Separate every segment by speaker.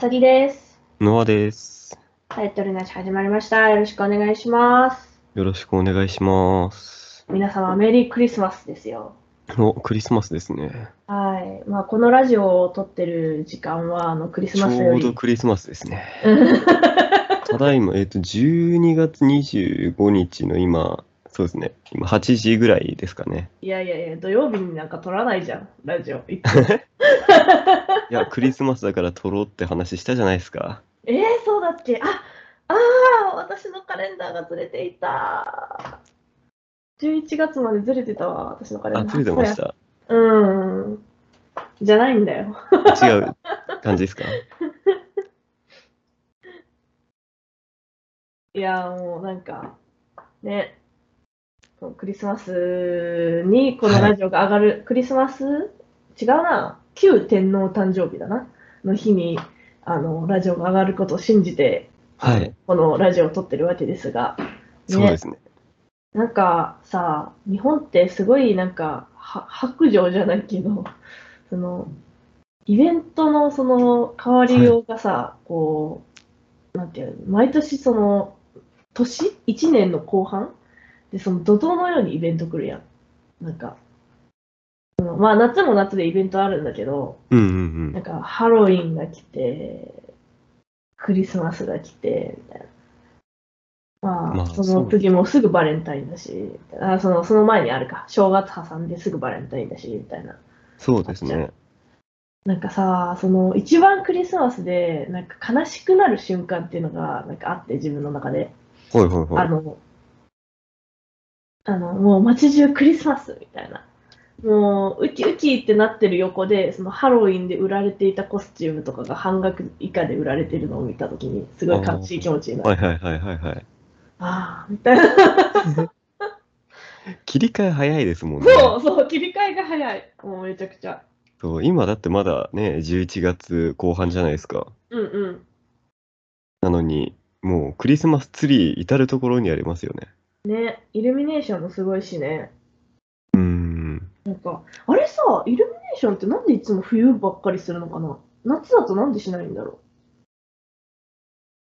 Speaker 1: さぎです。
Speaker 2: ノアです。
Speaker 1: タイトルなし始まりました。よろしくお願いします。
Speaker 2: よろしくお願いします。
Speaker 1: 皆様、メリークリスマスですよ。
Speaker 2: お、クリスマスですね。
Speaker 1: はい。まあ、このラジオを撮ってる時間は、あの、クリス
Speaker 2: ちょ
Speaker 1: マスよ
Speaker 2: う
Speaker 1: り。
Speaker 2: どクリスマスです ね。ただいま、えっ、と、12月25日の今、そうですね、今8時ぐらいですかね。
Speaker 1: いやいやいや、土曜日になんか撮らないじゃん、ラジオ。いつ
Speaker 2: いや、クリスマスだから撮ろうって話したじゃないですか。
Speaker 1: えー、そうだっけああー、私のカレンダーがずれていた。11月までずれてたわ、私のカレ
Speaker 2: あ、
Speaker 1: ンダー。
Speaker 2: 撮れてました。
Speaker 1: た。うん。じゃないんだよ。
Speaker 2: 違う感じですか
Speaker 1: いやーもうなんかねこうクリスマスにこのラジオが上がる、クリスマス違うな旧天皇誕生日だなの日にあのラジオが上がることを信じて
Speaker 2: はい。
Speaker 1: このラジオを撮ってるわけですが、
Speaker 2: そうですね。
Speaker 1: なんかさ日本ってすごいなんかは白状じゃないけどそのイベントのその変わりようがさ、こうなんていうの毎年その年1年の後半でその怒涛のようにイベント来るやんなんかそのまあ夏も夏でイベントあるんだけど
Speaker 2: うんう
Speaker 1: なん
Speaker 2: ん
Speaker 1: かハロウィンが来て、クリスマスが来て、みたいな。まあ、
Speaker 2: まあ
Speaker 1: そ
Speaker 2: そ
Speaker 1: の
Speaker 2: う
Speaker 1: 次もすぐバレンタインだし、あそのその前にあるか、正月挟んですぐバレンタインだし、みたいな。
Speaker 2: うん。そうですね。
Speaker 1: なんかさ、その一番クリスマスで、なんか悲しくなる瞬間っていうのがなんかあって、自分の中で。
Speaker 2: ほいほいほい
Speaker 1: あ。の、あの、もう街中クリスマスみたいな。もう、ウキウキってなってる横で、そのハロウィンで売られていたコスチュームとかが半額以下で売られてるのを見たときに、すごい悲しい気持ちになる。
Speaker 2: はいはいはいはいはい。
Speaker 1: ああ、みたいな。
Speaker 2: 切り替え早いですもんね。
Speaker 1: そうそう、切り替えが早い。もうめちゃくちゃ。
Speaker 2: そう今だってまだね、11月後半じゃないですか。
Speaker 1: うんうん。
Speaker 2: なのに、もうクリスマスツリー至る所にありますよね。
Speaker 1: ね、イルミネーションもすごいしね。
Speaker 2: うーん。
Speaker 1: なんか、あれさ、イルミネーションってなんでいつも冬ばっかりするのかな夏だとなんでしないんだろう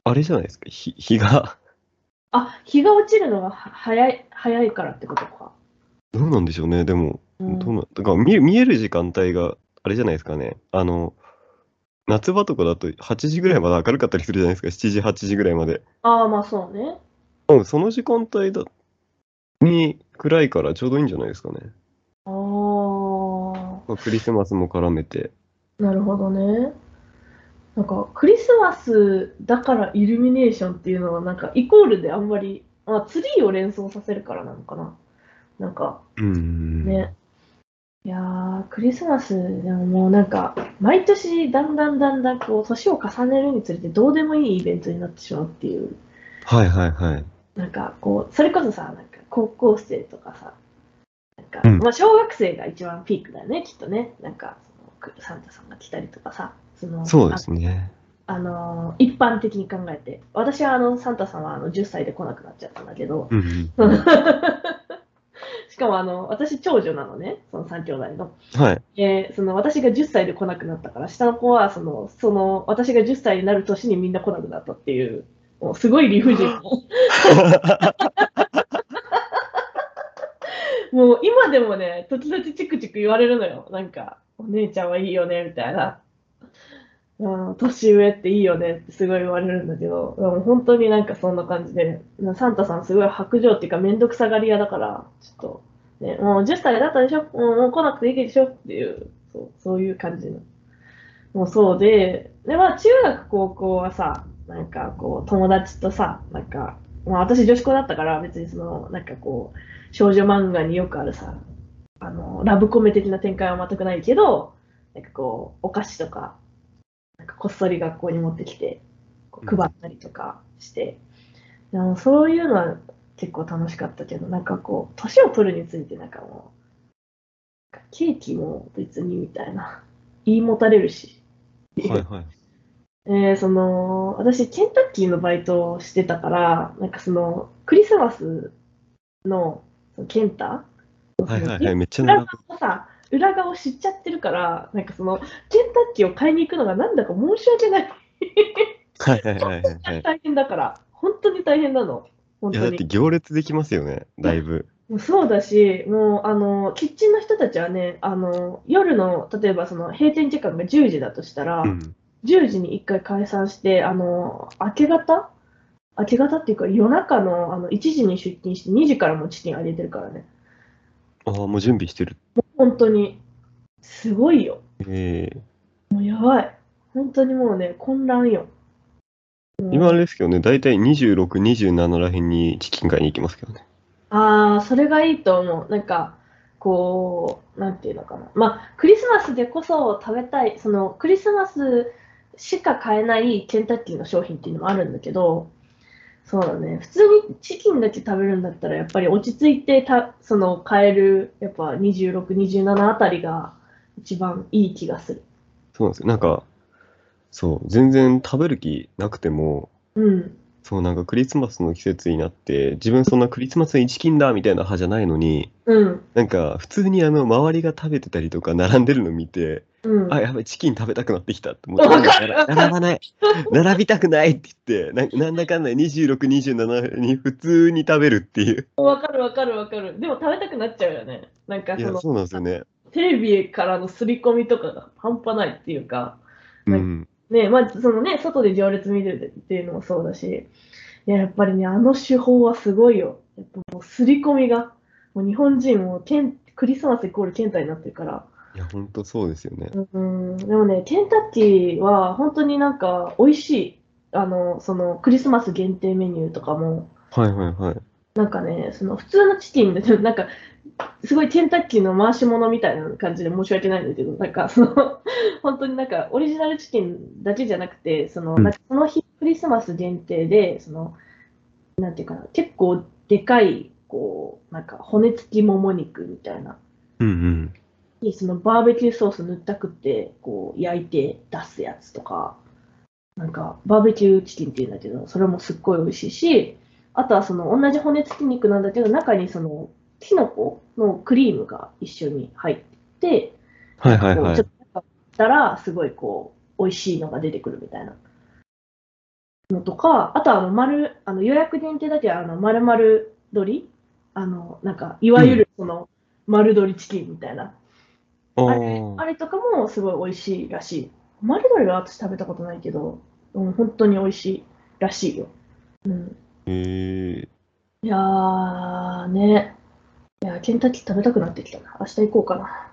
Speaker 2: あれじゃないですか、ひ日が。
Speaker 1: あ、日が落ちるのがは早い、早いからってことか。
Speaker 2: どうなんでしょうね、でも。
Speaker 1: うん
Speaker 2: どうなだから見え見える時間帯が、あれじゃないですかね。あの、夏場とかだと8時ぐらいまで明るかったりするじゃないですか、7時、8時ぐらいまで。
Speaker 1: ああ、まあそうね。
Speaker 2: うん、その時間帯だに暗いからちょうどいいんじゃないですかね。
Speaker 1: ああ、
Speaker 2: まあクリスマスも絡めて。
Speaker 1: なるほどね。なんか、クリスマスだからイルミネーションっていうのは、なんか、イコールであんまり、まあ、ツリーを連想させるからなのかな。なんか、
Speaker 2: うーん。
Speaker 1: ね。いやー、クリスマス、でももうなんか、毎年、だんだんだんだん、こう、年を重ねるにつれて、どうでもいいイベントになってしまうっていう。
Speaker 2: はいはいはい。
Speaker 1: なんかこうそれこそさなんか高校生とかさなんか、
Speaker 2: うん
Speaker 1: まあ、小学生が一番ピークだよねきっとねなんかそのくサンタさんが来たりとかさその
Speaker 2: そうですね。
Speaker 1: ああのー一般的に考えて私はあのサンタさんはあの10歳で来なくなっちゃったんだけど、
Speaker 2: うん。
Speaker 1: しかもあの私長女なのねその3兄弟の
Speaker 2: はい。
Speaker 1: でその私が10歳で来なくなったから下の子はそのその私が10歳になる年にみんな来なくなったっていうもうすごい理不尽な もう今でもね、時々チクチク言われるのよ。なんか、お姉ちゃんはいいよね、みたいな。うん、年上っていいよねってすごい言われるんだけど、でも本当になんかそんな感じで、サンタさんすごい白状っていうかめんどくさがり屋だから、ちょっと、ね、もう10歳だったでしょもうもう来なくていいでしょっていう、そうそういう感じの。もうそうで、で、まあ中学高校はさ、なんかこう友達とさ、なんか、まあ私女子校だったから別にその、なんかこう、少女漫画によくあるさあのラブコメ的な展開は全くないけどなんかこうお菓子とかなんかこっそり学校に持ってきてこう
Speaker 2: うん
Speaker 1: 配ったりとかして、でもそういうのは結構楽しかったけどなんかこう年を取るについてなんかもうなんかケーキも別にみたいな言いもたれるし。
Speaker 2: はいはい。
Speaker 1: えーその私ケンタッキーのバイトをしてたからなんかそのクリスマスのそのケンタ
Speaker 2: はいはいはい。めっちゃ
Speaker 1: 裏
Speaker 2: 長
Speaker 1: 側
Speaker 2: く。
Speaker 1: をさ裏側を知っちゃってるからなんかそのケンタッキーを買いに行くのがなんだか申し訳ない
Speaker 2: はいはいはいはいはい。
Speaker 1: 大変だから、本当に大変なの。本
Speaker 2: いや、だ
Speaker 1: 当
Speaker 2: って
Speaker 1: に。
Speaker 2: 行列できますよね、だいぶ。
Speaker 1: もうそうだし、もう、あの、キッチンの人たちはね、あの、夜の、例えばその閉店時間が10時だとしたら、
Speaker 2: うん。
Speaker 1: 10時に1回解散して、あの、明け方明け方っていうか、夜中のあの1時に出勤して、2時からもうチキンあげてるからね。
Speaker 2: ああ、もう準備してる。
Speaker 1: 本当に、すごいよ。
Speaker 2: ええ
Speaker 1: もうやばい。本当にもうね、混乱よ。うん
Speaker 2: 今あれですけどね、だいたい26、27らへんにチキン買いに行きますけどね。
Speaker 1: ああ、それがいいと思う。なんか、こう、なんていうのかな。まあ、クリスマスでこそ食べたい、その、クリスマスしか買えないケンタッキーの商品っていうのもあるんだけど、そうだね。普通にチキンだけ食べるんだったら、やっぱり落ち着いてた、その、買える、やっぱ26、27あたりが一番いい気がする。
Speaker 2: そうなんですよ。なんか、そう、全然食べる気なくても、
Speaker 1: うん。
Speaker 2: そう、なんかクリスマスの季節になって、自分そんなクリスマスにチキンだみたいな派じゃないのに、
Speaker 1: うん。
Speaker 2: なんか普通にあの周りが食べてたりとか並んでるの見て、
Speaker 1: うん。
Speaker 2: あ、やばい、チキン食べたくなってきたって思って、
Speaker 1: わかる
Speaker 2: 並並ばない、並びたくないって言って、ななん だかんだ26、27に普通に食べるっていう。
Speaker 1: わかるわかるわかる。でも食べたくなっちゃうよね。なんか
Speaker 2: い
Speaker 1: そ
Speaker 2: や、
Speaker 1: の、
Speaker 2: そうなんですよね。
Speaker 1: テレビからの刷り込みとかが半端ないっていうか、
Speaker 2: うん。
Speaker 1: ねまあ、そのね、外で行列見てるっていうのもそうだし、いや、やっぱりね、あの手法はすごいよ。やっぱもう刷り込みが、もう日本人もケンクリスマスイコールケンタになってるから、
Speaker 2: いや、ほんとそうですよね。
Speaker 1: うん、でもね、ケンタッキーは本当になんか美味しい。あの、そのクリスマス限定メニューとかも、
Speaker 2: はいはいはい。
Speaker 1: なんかね、その普通のチキンで、なん か、すごいケンタッキーの回し物みたいな感じで申し訳ないんだけど、なんかその、 本当になんかオリジナルチキンだけじゃなくて、その、
Speaker 2: うん
Speaker 1: なんかその日、クリスマス限定で、その、なんていうかな、結構でかい、こう、なんか骨付きもも肉みたいな、
Speaker 2: うんうん。
Speaker 1: にそのバーベキューソース塗ったくって、こう焼いて出すやつとか、なんかバーベキューチキンっていうんだけど、それもすっごい美味しいし、あとはその同じ骨付き肉なんだけど、中にそのキノコのクリームが一緒に入って、
Speaker 2: はいはい
Speaker 1: こう
Speaker 2: は
Speaker 1: ちょっ
Speaker 2: い。
Speaker 1: となんかたら、すごいこう、美味しいのが出てくるみたいなのとか、あとはあの丸、あの予約限定だけはあの丸々鶏あの、なんか、いわゆるその丸鶏チキンみたいな。
Speaker 2: あ
Speaker 1: あ
Speaker 2: ー
Speaker 1: あれとかもすごい美味しいらしい。マルドリは私食べたことないけど、うん、本当に美味しいらしいよ。うん、
Speaker 2: へえ。
Speaker 1: いやーね。いやー、ケンタッキー食べたくなってきたな。明日行こうかな。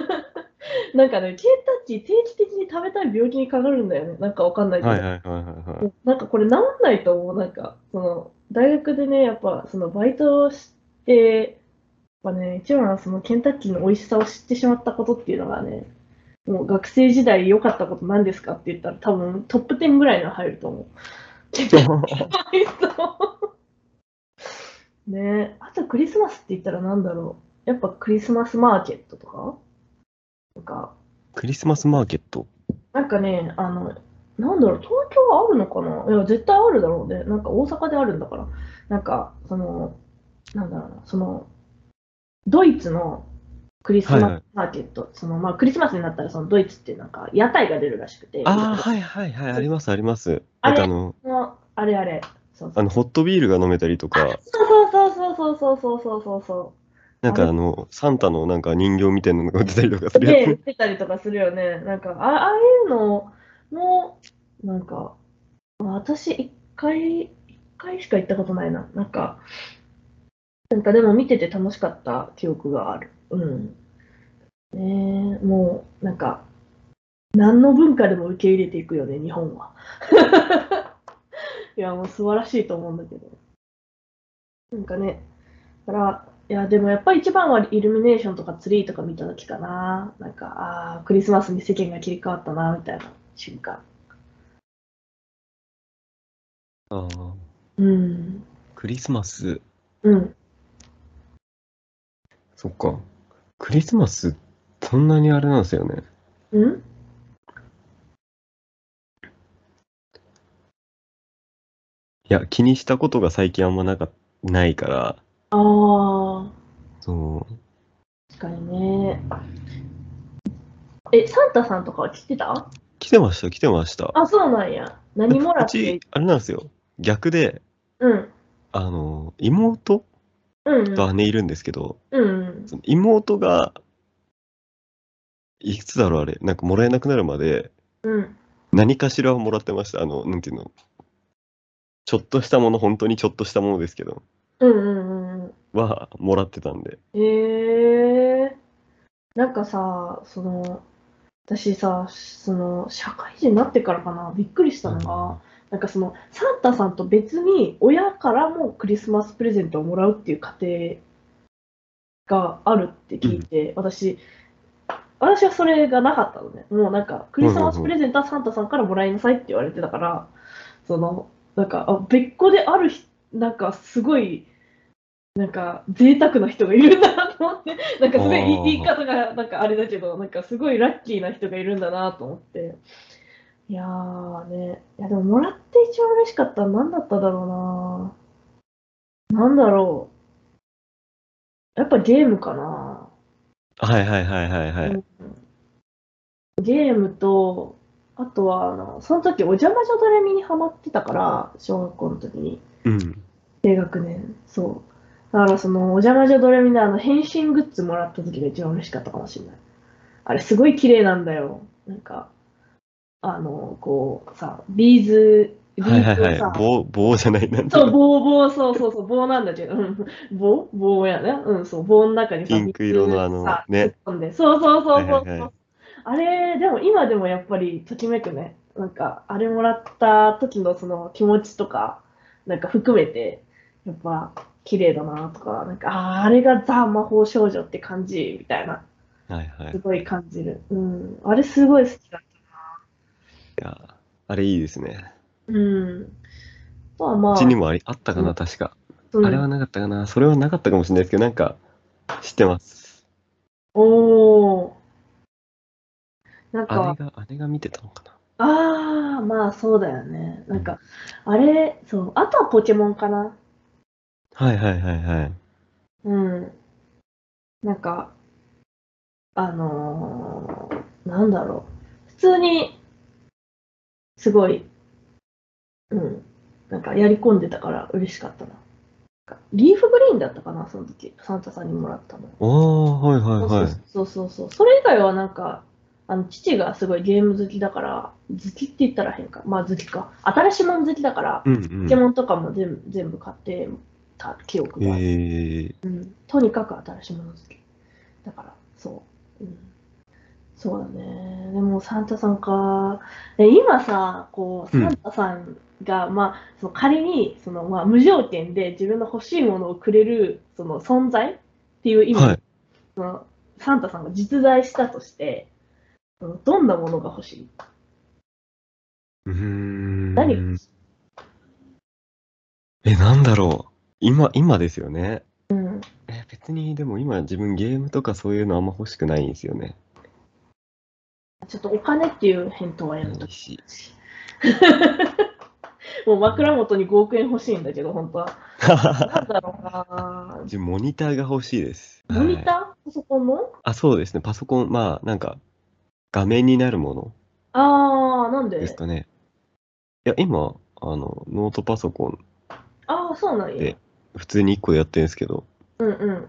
Speaker 1: なんかね、ケンタッキー定期的に食べたい病気にかかるんだよね。なんかわかんないけど。
Speaker 2: はいはいはいはいはい。
Speaker 1: なんかこれ治んないと思う。なんか、その、大学でね、やっぱ、そのバイトをして、やっぱね、一番はそのケンタッキーの美味しさを知ってしまったことっていうのがね、もう学生時代良かったこと何ですかって言ったら多分トップ10ぐらいには入ると思う。ケンタッキ ーの美味しさをねえあとクリスマスって言ったらなんだろう。やっぱクリスマスマーケットとかなんか、
Speaker 2: クリスマスマーケット。
Speaker 1: なんかね、あの、なんだろう、東京はあるのかないや、絶対あるだろうね。なんか大阪であるんだから。なんか、その、なんだろうな、その、ドイツのクリス
Speaker 2: はいは
Speaker 1: マ
Speaker 2: い
Speaker 1: スマーケット、その、まあ、クリスマスになったら、そのドイツってなんか、屋台が出るらしくて、
Speaker 2: ああ、はいはいはい。ありますあります。
Speaker 1: あ
Speaker 2: な
Speaker 1: れ
Speaker 2: んかあの、
Speaker 1: そのあれあれ、そうそ
Speaker 2: あ
Speaker 1: う
Speaker 2: の、ホットビールが飲めたりとか、
Speaker 1: そうそうそうそうそうそうそうそうそ
Speaker 2: なんかあの、サンタのなんか人形みたいなのが売ってたりとかす
Speaker 1: う。
Speaker 2: るや
Speaker 1: で、売っ
Speaker 2: つ。
Speaker 1: てたりとかするよね。なんか、あああいうのも、なんか、まあ私、一回、一回しか行ったことないな。なんか、なんかでも見てて楽しかった記憶がある。うん。ねえ、もう、なんか、何の文化でも受け入れていくよね、日本は。 いや、もう素晴らしいと思うんだけど。なんかね、だから、いや、でもやっぱり一番はイルミネーションとかツリーとか見た時かな。なんか、ああ、クリスマスに世間が切り替わったな、みたいな瞬間。
Speaker 2: ああ、
Speaker 1: うん。
Speaker 2: クリスマス。
Speaker 1: うん。
Speaker 2: そっか。クリスマス、そんなにあれなんですよね。
Speaker 1: うん
Speaker 2: いや、気にしたことが最近あんまなかないから、
Speaker 1: ああ、
Speaker 2: そう。
Speaker 1: 確かにね。え、サンタさんとかは来てた
Speaker 2: 来てました、来てました。
Speaker 1: あ、そうなんや。何もらっ
Speaker 2: う
Speaker 1: て
Speaker 2: ち、あれなんですよ。逆で、
Speaker 1: うん。
Speaker 2: あの、妹
Speaker 1: うんうん。
Speaker 2: と姉いるんですけど、
Speaker 1: うんうん。
Speaker 2: その妹が、いくつだろうあれ、なんかもらえなくなるまで、
Speaker 1: うん。
Speaker 2: 何かしらをもらってました。あの、なんていうの。ちょっとしたもの、本当にちょっとしたものですけど、
Speaker 1: うんうんうん。
Speaker 2: は、もらってたんで。
Speaker 1: へえなんかさ、その、私さ、その、社会人になってからかな、びっくりしたのが、なんかその、サンタさんと別に親からもクリスマスプレゼントをもらうっていう家庭があるって聞いて、私、私はそれがなかったのね。もうなんか、クリスマスプレゼントはサンタさんからもらいなさいって言われてたから、その、なんか、あ別個である人、なんかすごい、なんか贅沢な人がいるんだなと思って、 なんかすごい言い
Speaker 2: あー
Speaker 1: 言い方がなんかあれだけど、なんかすごいラッキーな人がいるんだなと思って。いやーね、いやでももらって一番嬉しかったのは何だっただろうななんだろう。やっぱゲームかな
Speaker 2: はいはいはいはいはい。
Speaker 1: ゲームと、あとはあの、その時お邪魔女ドレミにハマってたから、小学校の時に。
Speaker 2: うん。
Speaker 1: 低学年、そう。だからその、お邪魔女ドレミのあの、変身グッズもらった時が一番嬉しかったかもしれない。あれ、すごい綺麗なんだよ。なんか、あの、こう、さ、ビーズ、ビ
Speaker 2: はいは
Speaker 1: ーズを
Speaker 2: い
Speaker 1: さ、
Speaker 2: はい。棒、棒じゃない、なんていう
Speaker 1: そう、
Speaker 2: の
Speaker 1: 棒、棒、そうそうそう、棒なんだけど、うん、棒棒やね。うん、そう、棒の中にさ、
Speaker 2: ピンク色のあの
Speaker 1: 水さ
Speaker 2: ね
Speaker 1: 突っ込んでそうそうそうそう。
Speaker 2: はいはいはい
Speaker 1: あれ、でも今でもやっぱりときめくね。なんか、あれもらった時のその気持ちとか、なんか含めて、やっぱ、綺麗だなとか、なんか、あーあれがザ魔法少女って感じ、みたいな、
Speaker 2: はいはい
Speaker 1: す。ごい感じる。うん、あれすごい好きだ
Speaker 2: あれいいですね。
Speaker 1: った。うん。あとはまあ、
Speaker 2: うちにもありあったか
Speaker 1: う
Speaker 2: な、
Speaker 1: ん
Speaker 2: 確か。
Speaker 1: うん
Speaker 2: あれはなかったかな。それはなかったかもしれないですけど、なんか、知ってます。
Speaker 1: おー。なん
Speaker 2: 姉
Speaker 1: か、
Speaker 2: が、姉が見てたのかな。
Speaker 1: ああ、まあそうだよね。なんか、あれ、そう、あとはポケモンかな。
Speaker 2: はいはいはいはい。
Speaker 1: うん。なんか、あのーなんだろう。普通に、すごい、うん。なんかやり込んでたから嬉しかったな。なんかリーフグリーンだったかな、その時。サンタさんにもらったの。
Speaker 2: おー、はいはいはい。
Speaker 1: そうそうそう。それ以外はなんか、あの父がすごいゲーム好きだから、好きって言ったら変か。まあ好きか。新しいもの好きだから、
Speaker 2: うんう
Speaker 1: ポ
Speaker 2: ん
Speaker 1: ケ。モンとかも全部全部買ってた記憶
Speaker 2: え
Speaker 1: がある、
Speaker 2: ー、
Speaker 1: うん。とにかく新しいもの好き。だから、そう。うん、そうだね。でもサンタさんか。で今さ、こう、
Speaker 2: うん
Speaker 1: サンタさんが、まあ、その仮にその、まあ、無条件で自分の欲しいものをくれるその存在っていう意味で
Speaker 2: はい。
Speaker 1: サンタさんが実在したとして、そのどんなものが欲しいう
Speaker 2: ーん。
Speaker 1: 何が欲しい
Speaker 2: え、なんだろう。今、今ですよね。
Speaker 1: うん。
Speaker 2: え、別に、でも今自分ゲームとかそういうのあんま欲しくないんですよね。
Speaker 1: ちょっとお金っていう返答はやめ
Speaker 2: な
Speaker 1: と
Speaker 2: い
Speaker 1: き。
Speaker 2: し。
Speaker 1: もう枕元に5億円欲しいんだけど、本当は。なんだろうな。
Speaker 2: 自分モニターが欲しいです。
Speaker 1: モニター、
Speaker 2: はい
Speaker 1: パソコンの
Speaker 2: あ、そうですね。パソコン、まあ、なんか、画面になるもの
Speaker 1: あー、なんで
Speaker 2: ですかね。いや、今、あの、ノートパソコン、
Speaker 1: あー、そうなんや
Speaker 2: で。普通に1個でやってるんですけど、
Speaker 1: うんうん。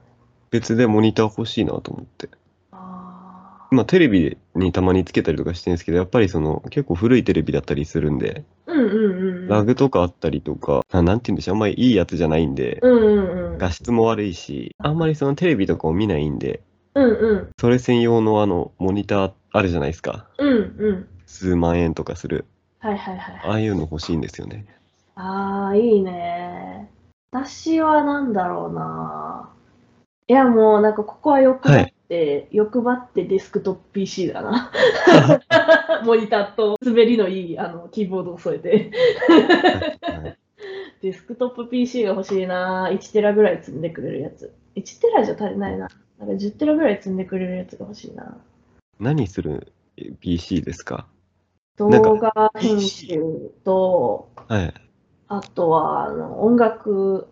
Speaker 2: 別でモニター欲しいなと思って。
Speaker 1: あー
Speaker 2: まあ、テレビにたまにつけたりとかしてるんですけど、やっぱりその、結構古いテレビだったりするんで、
Speaker 1: うんうんうんうん。
Speaker 2: ラグとかあったりとか、ななんて言うんでしょう、あんまりいいやつじゃないんで、
Speaker 1: うんうんうん。
Speaker 2: 画質も悪いし、あんまりそのテレビとかを見ないんで、
Speaker 1: うんうん。
Speaker 2: それ専用のあの、モニターあるじゃないですか。
Speaker 1: うんうん。
Speaker 2: 数万円とかする。
Speaker 1: はいはいはい。
Speaker 2: ああいうの欲しいんですよね。
Speaker 1: ああ、いいね。私はなんだろうな。いや、もうなんかここは欲張って、欲張ってデスクトップ PC だな。モニターと滑りのいいあのキーボードを添えて。
Speaker 2: はい
Speaker 1: デスクトップ PC が欲しいな。1テラぐらい積んでくれるやつ。1テラじゃ足りないな。なんか10テラぐらい積んでくれるやつが欲しいな。
Speaker 2: 何する PC ですか
Speaker 1: 動
Speaker 2: なんか
Speaker 1: 画編集と、
Speaker 2: はい。
Speaker 1: あとはあの音楽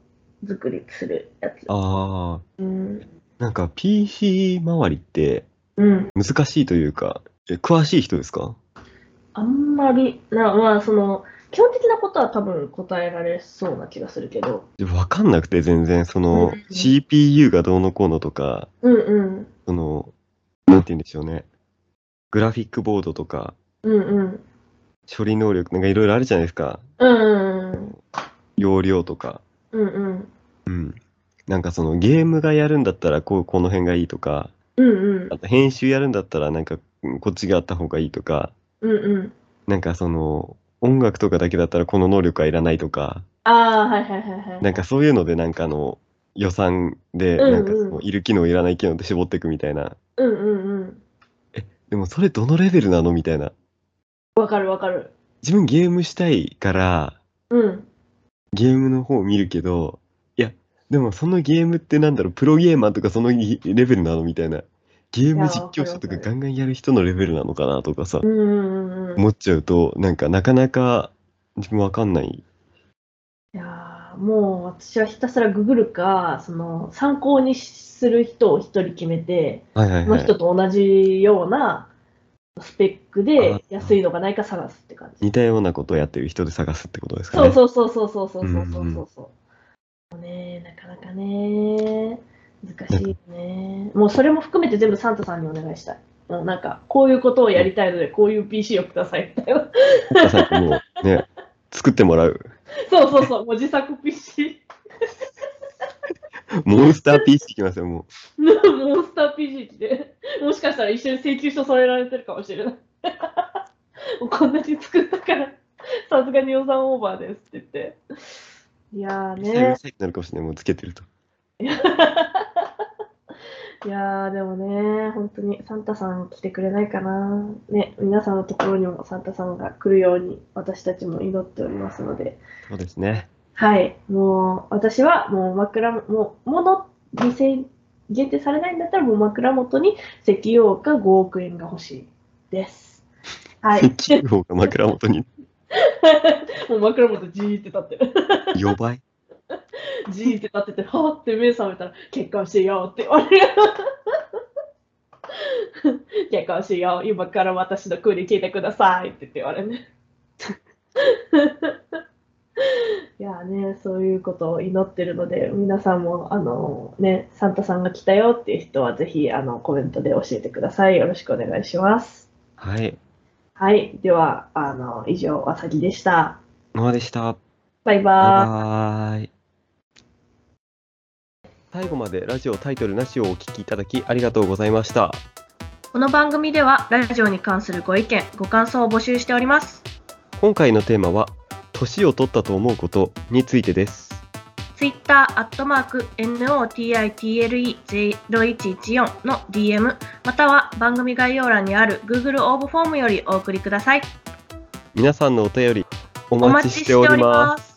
Speaker 1: 作りするやつ。
Speaker 2: ああ、
Speaker 1: うん。
Speaker 2: なんか PC 周りって
Speaker 1: うん。
Speaker 2: 難しいというか、え詳しい人ですか
Speaker 1: あんまり、なまあ、その、基本的なことは多分答えられそうな気がするけど。
Speaker 2: でわかんなくて全然、そ
Speaker 1: う
Speaker 2: の
Speaker 1: ん
Speaker 2: CPU がどうのこうのとか、
Speaker 1: うんうん。
Speaker 2: その、なんて言うんでしょうね。グラフィックボードとか、
Speaker 1: うんうん。
Speaker 2: 処理能力、なんかいろいろあるじゃないですか。
Speaker 1: うんうん。
Speaker 2: 容量とか。
Speaker 1: うんうん。
Speaker 2: うん。なんかそのゲームがやるんだったらこうこの辺がいいとか、
Speaker 1: うんうん
Speaker 2: あ。と編集やるんだったらなんかうんこっちがあった方がいいとか、
Speaker 1: うんうん。
Speaker 2: なんかその音楽とかだけだったらこの能力はいらないとか、
Speaker 1: ああ、はいはいはいはい。
Speaker 2: なんかそういうのでなんかあの予算
Speaker 1: う
Speaker 2: で
Speaker 1: んうん
Speaker 2: なんかそのいる機能いらない機能で絞っていくみたいな。
Speaker 1: うんうんうん。
Speaker 2: でもそれどのレベルなのみたいな。
Speaker 1: わかるわかる。
Speaker 2: 自分ゲームしたいから
Speaker 1: うん。
Speaker 2: ゲームの方を見るけど、いや、でもそのゲームってなんだろう、プロゲーマーとかそのレベルなのみたいな。ゲーム実況者と
Speaker 1: いやわかるわか
Speaker 2: か
Speaker 1: る
Speaker 2: ガンガンやる人のレベルなのかなとかさ。
Speaker 1: うんうんうんうん。
Speaker 2: 思っちゃうと、なんかなかなか自分わかんない。
Speaker 1: いやーもう私はひたすらググるか、その参考にする人を一人決めて、
Speaker 2: はいはい
Speaker 1: その
Speaker 2: は
Speaker 1: 人
Speaker 2: い。
Speaker 1: と同じようなスペック
Speaker 2: あ
Speaker 1: で
Speaker 2: ー
Speaker 1: 安いのがないか探すって感じ。
Speaker 2: 似たようなことをやってる人で探すってことですか
Speaker 1: そう
Speaker 2: ね。う
Speaker 1: そうそうそうそうそうそうそう
Speaker 2: うんう
Speaker 1: そ
Speaker 2: ん
Speaker 1: うそう。ねなかなかね難しいよね。もうそれも含めて全部サンタさんにお願いしたい。もうなんかこういうことをやりたいのでこういう PC をくださいみたいな。
Speaker 2: そう。さんもう ね、作ってもらう。
Speaker 1: そうそうそう、もう自作 PC。
Speaker 2: モンスター PC いきますよ、も
Speaker 1: なモンスター PG 来て、もしかしたら一緒に請求書添えられてるかもしれない。もうこんなに作ったから、さすがに予算オーバーですって言って。いやー
Speaker 2: う。ね
Speaker 1: ね、。
Speaker 2: サイトになるかもしれない、もうつけてると。
Speaker 1: いやーでもね、本当にサンタさん来てくれないかな。ね、皆さんのところにもサンタさんが来るように私たちも祈っておりますので。
Speaker 2: そうですね。
Speaker 1: はい、もう私はもう枕も、もう物、店限定されないんだったらもう枕元に石油王か5億円が欲しいです。はい。
Speaker 2: キーボーが枕元に
Speaker 1: もう枕元じーって立ってる。
Speaker 2: 4倍。
Speaker 1: じーって立ってて、はーって目覚めたら結婚してよって言われる。 結婚しよう、今から私の国聞いてくださいって言って言われるね。 いやーね、そういうことを祈ってるので、皆さんも、あのね、サンタさんが来たよっていう人は、ぜひ、あの、コメントで教えてください。よろしくお願いします。
Speaker 2: はい。
Speaker 1: はい、では、あの、以上、あさぎでした。
Speaker 2: ノアでした。
Speaker 1: バイバーイ。
Speaker 2: バイバイ。最後までラジオタイトルなしをお聞きいただきありがとうございました。
Speaker 1: この番組ではラジオに関するご意見、ご感想を募集しております。
Speaker 2: 今回のテーマは「年を取ったと思うこと」についてです
Speaker 1: ツイッターアットマーク NOTITLE0114 の DM または番組概要欄にある Google 応募フォームよりお送りください。
Speaker 2: 皆さんのお便りお
Speaker 1: お
Speaker 2: 待
Speaker 1: 待
Speaker 2: ち
Speaker 1: ち
Speaker 2: し
Speaker 1: してて
Speaker 2: お
Speaker 1: お
Speaker 2: り
Speaker 1: り
Speaker 2: ます
Speaker 1: ます。